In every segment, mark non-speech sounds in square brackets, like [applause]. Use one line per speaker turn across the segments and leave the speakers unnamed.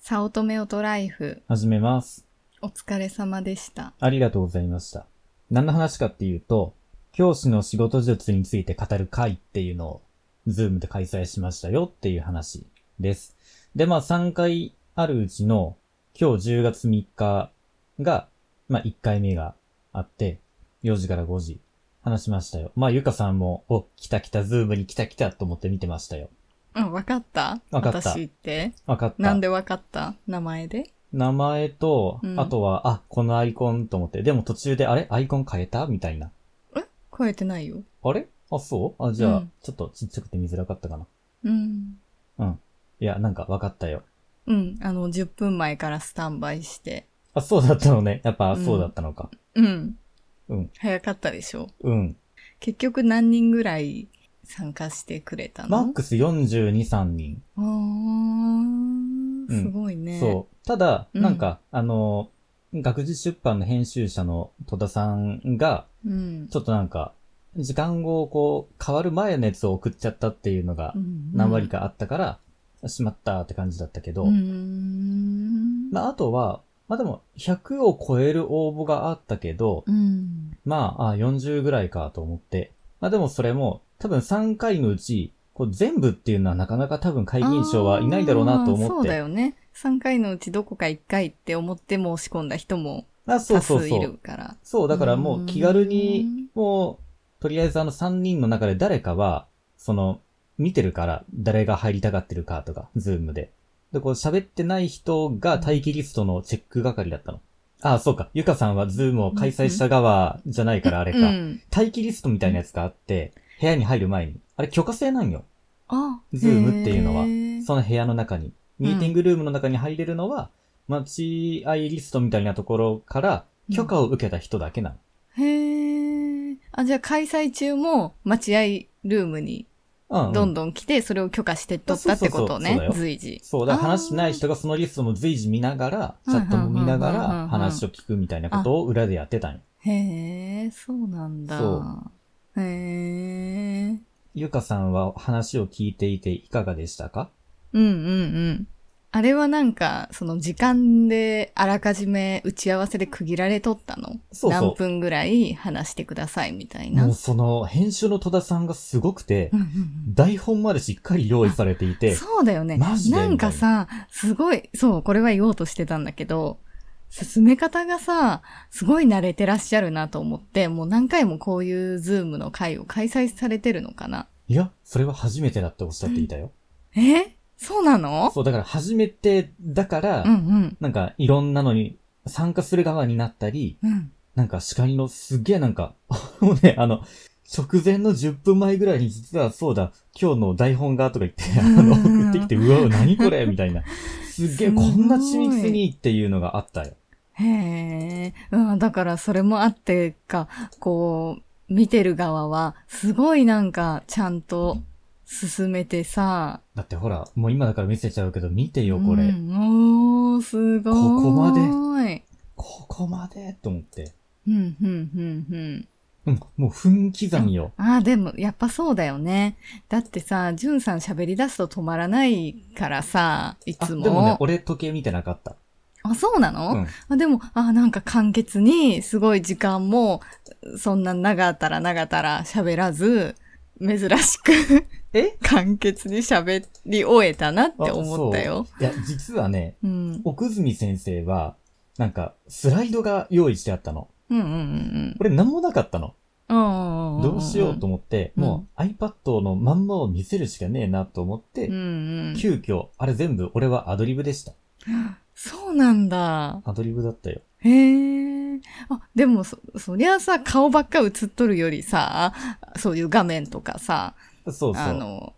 早乙女オトライフ、
始めます。
お疲れ様でした。
ありがとうございました。何の話かっていうと、教師の仕事術について語る会っていうのを、ズームで開催しましたよっていう話です。で、まあ3回あるうちの、今日10月3日が、まあ1回目があって、4時から5時話しましたよ。まあゆかさんも、お、来た来た、ズームに来た来たと思って見てましたよ。
うん、わかった
わかった
私って。
わかった。
なんでわかった名前で
名前と、
うん
あとは、あ、このアイコンと思って、でも途中で、あれアイコン変えたみたいな。
超えてないよ。
あれあ、そうあ、じゃあ、
うん
ちょっとちっちゃくて見づらかったかな。
うん。
いや、なんか分かったよ。
うん、あの、10分前からスタンバイして。
あ、そうだったのね。やっぱ、
うん
そうだったのか。
うん。
うん
早かったでしょ
うん。
結局何人ぐらい参加してくれたの
マックス42、3人。
あーすごいね。
そう。ただ、
うん
なんか、あの、学術出版の編集者の戸田さんが、
う。うん。
ちょっとなんか、時間をこう、変わる前のやつを送っちゃったっていうのが
う、ん
何割。かあったから、しまったって感じだったけど、
うーん。
まあ、あとは、まあでも、100を超える応募があったけど、
うん。
まあ、あ40ぐらいかと思って。まあでもそれも、多分3回のうち、こう全部っていうのはなかなか多分会議員賞はいないだろうなと
あー
思
そ
っ
う
て。
だよね。3回のうちどこか1回って思って申し込んだ人も
あそ
多
うそ
数
うそ
いる
う。
から。
そう、だからもう気軽に、もう、とりあえずあの3人の中で誰かは、その、見てるから、誰が入りたがってるかとか、ズームで。で、こう喋ってない人が待機リストのチェック係だったの。ああ、そうか。ゆかさんはズームを開催した側じゃないからあれか。
うん。
待機リストみたいなやつがあって、部屋に入る前に。あれ許可制なんよ。
あ、
ズームっていうのは
へー
その部屋の中に。ミーティングルームの中に入れるのは、待合リストみたいなところから許可を受けた人だけなの。
へえ。あ、じゃあ開催中も待合ルームに
うん、うん。
どんどん来て、それを許可して取ったってこと
そうそうそうそうだ
ね
よ。
随時。
そう、だから
あー
話しない人がそのリストも随時見ながら、チャットも見なが
うんうんうんうんう
ら
ん
話を聞くみたいなことを裏でやってたんよ。
へえ、そうなんだ
そ。
へえ。
ゆかさんは話を聞いていていかがでしたか
うんうんうん。あれはなんか、その時間であらかじめ打ち合わせで区切られとったの
そうそう
何分ぐらい話してくださいみたいな。
もうその編集の戸田さんがすごくて
う、んうん
台本までしっかり用意されてい
うん
て、
そうだよね。
マジで
なんかさ、すごい、そう、これは言おうとしてたんだけど、進め方がさ、すごい慣れてらっしゃるなと思って、もう何回もこういうズームの会を開催されてるのかない
や、それは初めてだっておっしゃっていたよ。
えそうなの
そう、だから初めてだから、
うんうん。
なんかいろんなのに参加する側になったり、
うん。
なんか叱りのすげえなんか、 [laughs] もうね、あの、直前の10分前ぐらいに実はそうだ、今日の台本がとか言って、あの、
うん
送ってきて、うわ、何これみたいな。すげえ、
す
こ
ごい
んな緻密にっていうのがあったよ。
へえ、うん、だからそれもあってか、こう、見てる側は、すごいなんか、ちゃんと進めてさ、
だってほら、もう今だから見せちゃうけど、見てよ、これ。
うん、おー、すごい。
ここまで
うん、
ここまでと思って。
うん、うん、うん。
うん、もう分刻みよ。
ああ、でも、やっぱそうだよね。だってさ、じゅんさん喋り出すと止まらないからさ、い
あ、
つ
で
も。
もね、俺時計見てなかった。
あ、そうなの、
うん。
あでも、あ、なんか簡潔に、すごい時間も、そんな長たら長たら喋らず、珍しく、
え
[laughs] 簡潔に喋り終えたなって思ったよ。
いや、実はね、
うん。
奥住先生は、なんか、スライドが用意してあったの。
うんうんうん
俺何もなかったの。
うん。
どうしようと
思
思って、もう iPad のまんまを見せるしかねえなと思って、
うんうん。
急遽、あれ全部俺はアドリブでした。
そうなんだ。
アドリブだったよ。
へえ。あ、でもそ、そりゃさ、顔ばっか映っとるよりさ、そういう画面とかさ、
そうそう。
あの、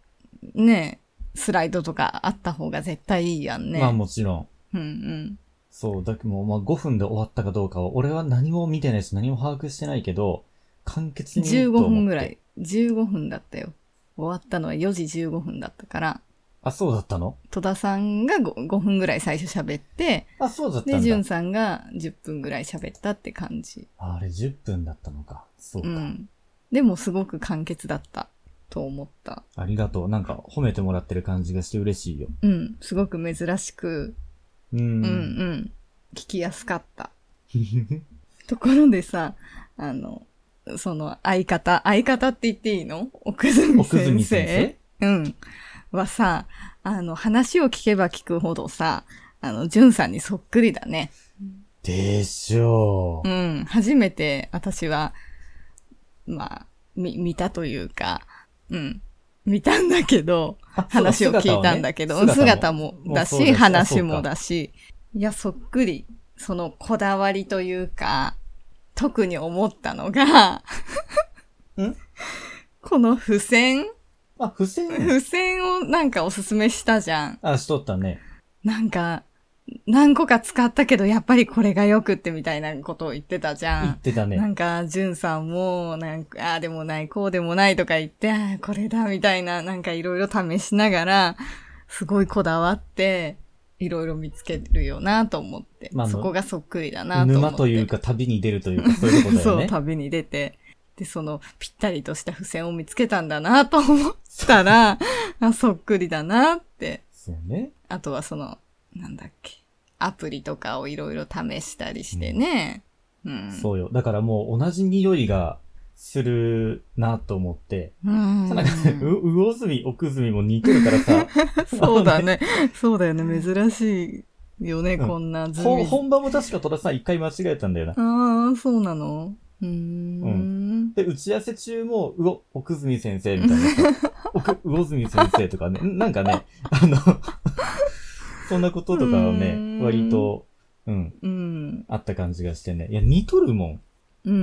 ねえ、スライドとかあった方が絶対いいやんね。
まあもちろん。
うんうん。
そう、だけどもうまあ5分で終わったかどうかは、俺は何も見てないし何も把握してないけど、簡潔にと
15
思って
分ぐら。い。15分だったよ。終わったのは4時15分だったから、
あ、そうだったの
戸田さんが 5, 5分ぐらい最初喋って、
あ、そうだった
で、
ん
淳
だ。
さんが10分ぐらい喋ったって感じ。
ああれ10分だったのか。そう
う
か。
ん。でもすごく簡潔だったと思った。
ありがとう。なんか褒めてもらってる感じがして嬉しいよ。
うん。すごく珍しく、
うん。
うんうん。聞きやすかった。ところでさ、あの、その相方、相方って言っていいの奥住
[laughs] 奥住
先生
先生
うん。はさ、あの、話を聞けば聞くほどさ、あの、じゅんさんにそっくりだね。
でしょ
う
う。
ん。初めて私は、まあ、み、見たというか、うん。見たんだけど、
あそうだ
話を聞いたんだけど、姿も
姿をね
だ
もうそう
し、
です
話もだし、いや、そっくり、そのこだわりというか、特に思ったのが、
ん
この付箋
あ、付箋。
付箋をなんかおすすめしたじゃん。
あ、しとったね。
なんか、何個か使ったけど、やっぱりこれが良くってみたいなことを言ってたじゃ
言っ
ん。
てた
な
ね。
んか、じゅんさんも、なんか、ああでもない、こうでもないとか言って、あーこれだ、みたいな、なんかいろいろ試しながら、すごいこだわって、いろいろ見つけるよなと思って、
まああの
そこがそっくりだなと思って。
沼というか旅に出るというか、そういうことだよ
そ
ね
う、。旅に出て。で、その、ぴったりとした付箋を見つけたんだなと思った
[laughs]
ら、あ、そっくりだなって。
そうね。
あとはその、なんだっけ、アプリとかをいろいろ試したりしてね。うん。
そうよ。だからもう同じ匂いがするなと思って。
うん。
ただ [laughs] ね、う、魚住、奥住も似てるか
[laughs]
らさ、
そうだね。そうだよね。珍しいよね、
うん
こんなズ
ほん
ミ。
本場も確か戸田さん一回間違えたんだよな。
ああ、そうなのうーん。
で、打ち合わせ中も、うお、奥住先生みたいな [laughs] さ。奥、魚住先生とかね。なんかね、あの、 [laughs] そんなこととかは
うー
ね、
ん
割と、うん、
うん。
あった感じがしてね。いや、似とるもん。
うんうんう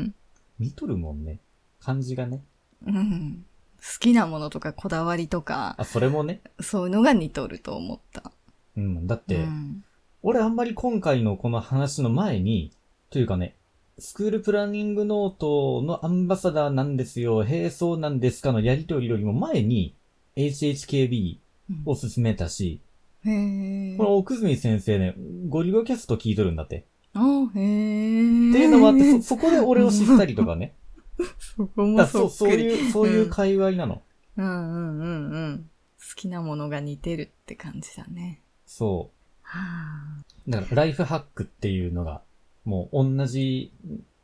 ん
似とるもんね。感じがね。
うん。うん。好きなものとかこだわりとか、
あ、それもね。
そういうのが似とると思った。
うん、だって、
うん。
俺あんまり今回のこの話の前に、というかね、スクールプランニングノートのアンバサダーなんですよ、並走なんですかのやりとりよりも前に、HHKB を勧めたし、
へえ。
この奥住先生ね、ゴリゴキャスト聞いとるんだって。
あへえ。
っていうのもあって、そ、そこで俺を知ったりと
[laughs]
かね。
そこ
だか
も
ら
そう
そ、
っ
そう
くり。
いう、そういう界隈なの。
うんうんうんうん。好きなものが似てるって感じだね。
そ
はあ。
う。だから、ライフハックっていうのが、もう同じ、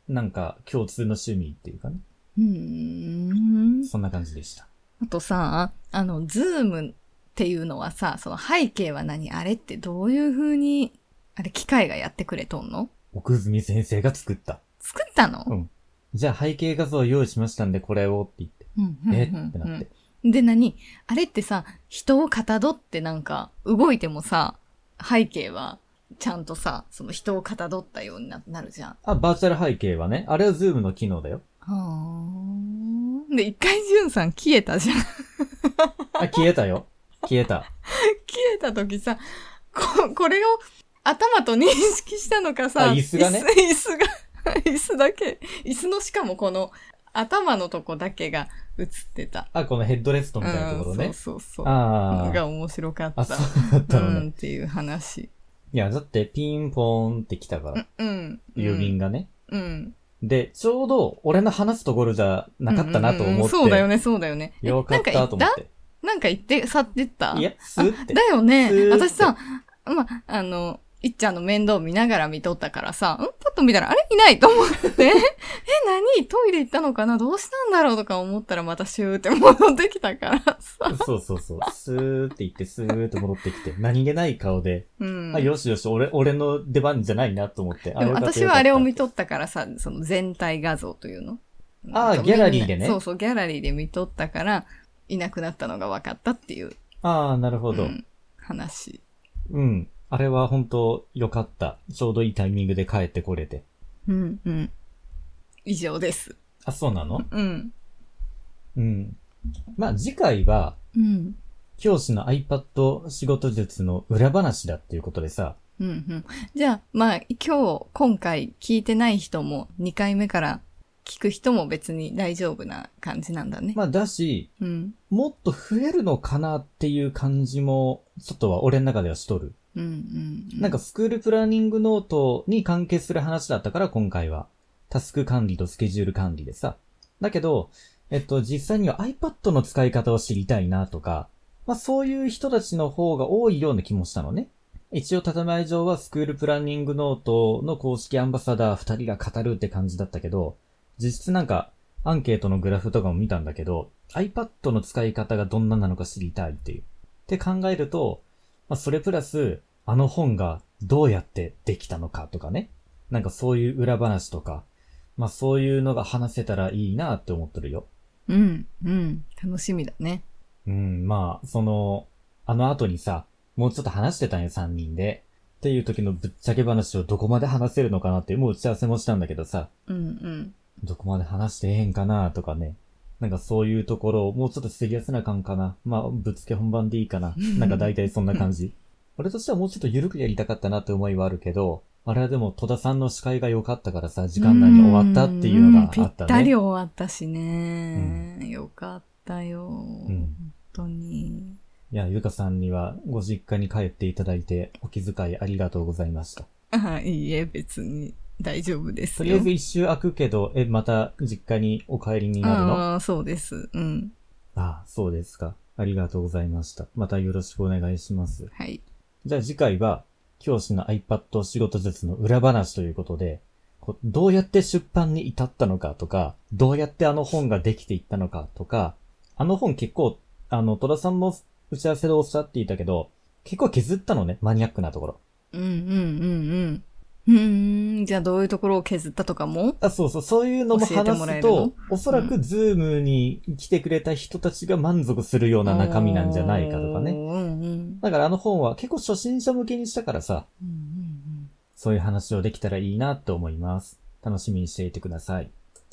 なんか、共通の趣味っていうかね。
うーん。
そんな感じでした。
あとさ、あの、ズームっていうのはさ、その背景は何あれってどういう風に、あれ機械がやってくれとんの
奥住先生が作った。
作ったの、
うんじゃあ背景画像を用意しましたんでこれをって言って、
うんうんうん
えってなって。
うんで何あれってさ、人をかたどってなんか動いてもさ、背景はちゃんとさ、その人をかたどったようにななるじゃん。
あ、バーチャル背景はね、あれはズームの機能だよ。
はーで、一回じゅんさん消えたじゃん。
あ、消えたよ。消えた。
消えた時さ、こ、これを頭と認識したのかさ、
あ椅子がね
椅子椅子が、 [laughs] 椅子だけ、椅子のしかもこの頭のとこだけが映ってた。
あ、このヘッドレストみたいなところ
うん
ね。
そうそうそう。
ああ
が。面白かった。
あ、そうだったのね。
うんっていう話。
いや、だってピンポーンって来たか
う
ら
ん、、うん。
郵便がね。
うん。
で、ちょうど俺の話すところじゃなかったなと
うんうん
思
う
っ
ん
て。
そうだよね、そうだよね。え
よかったと思
なん
っ
か
て。
言なんか言って、去ってった
いや、スーって
だ。よね
スー。って
私さ、ま、あの、いっちゃんの面倒見ながら見とったからさ、うんパッと見たら、あれいないと思って、
[laughs]
え、何トイレ行ったのかなどうしたんだろうとか思ったらまたシューって戻ってきたからさ。
そうそうそう。スーって言って、スーって戻ってきて、何気ない顔で、
うん。
あ、よしよし、俺、俺の出番じゃないなと思って。あ
でも
よかった
私
よ
は
かった
あれを見とったからさ、その全体画像というの。
あー
なんか
ギャラリーでね
そうそう、ギャラリーで見とったから、いなくなったのが分かったっていう、
ああ、なるほど。
う
うん。
ん話。
あれは本当良かった。ちょうどいいタイミングで帰ってこれて。
うん、うん。以上です。
あ、そうなの
うん。
うん。まあ、次回は、
うん。
教師の iPad 仕事術の裏話だっていうことでさ、
うんうん。じゃあ、まあ、今日、今回聞いてない人も、2回目から聞く人も別に大丈夫な感じなんだね。
まあ、だし、
うん。
もっと増えるのかなっていう感じも、ちょっとは俺の中ではしとる。
うんうん、うん。
なんか、スクールプランニングノートに関係する話だったから今回は。タスク管理とスケジュール管理でさ。だけど、えっと、実際には iPad の使い方を知りたいなとか、まあそういう人たちの方が多いような気もしたのね。一応建前上はスクールプランニングノートの公式アンバサダー二人が語るって感じだったけど、実質なんかアンケートのグラフとかも見たんだけど、iPad の使い方がどんななのか知りたいっていう。って考えると、まあ、それプラス、あの本がどうやってできたのかとかね。なんかそういう裏話とか、まあそういうのが話せたらいいなって思ってるよ。
うん、うん。楽しみだね。
うん、まあ、その、あの後にさ、もうちょっと話してたんよ、3人で。っていう時のぶっちゃけ話をどこまで話せるのかなって、もう打ち合わせもしたんだけどさ、
うん、うん。
どこまで話してええんかなとかね。なんかそういうところをもうちょっとすり合わせなあかんかな。まあ、ぶっつけ本番でいいか
[laughs]
な。なんか大体そんな感じ。俺としてはもうちょっと緩くやりたかったなって思いはあるけど、あれはでも戸田さんの司会が良かったからさ、時間内に終わったっていうのがあったね。
んぴったり終わったしね。よかったよ。本当に。
いや、ゆかさんにはご実家に帰っていただいてお気遣いありがとうございました。
あいいえ、別に大丈夫です
と
よ。
りあえず一周開くけど、え、また実家にお帰りになるのあ
ああ、そうです。うん。
あ、そうですか。ありがとうございました。またよろしくお願いします。
はい。
じゃあ次回は、教師の iPad 仕事術の裏話ということで、こうどうやって出版に至ったのかとか、どうやってあの本ができていったのかとか、あの本結構、あの、戸田さんも打ち合わせでおっしゃっていたけど、結構削ったのね、マニアックなところ。
うんうんうんうん。うーん、じゃあどういうところを削ったとかも
あ、そうそう、そういうのも
教えて
話
もら
す
えるの
と、おそらくズームに来てくれた人たちが満足するような中身なんじゃないかとか
う
ね。
んうんうん
だからあの本は結構初心者向けにしたからさ、
うんうん。
そういう話をできたらいいなって思います。楽しみにしていてください。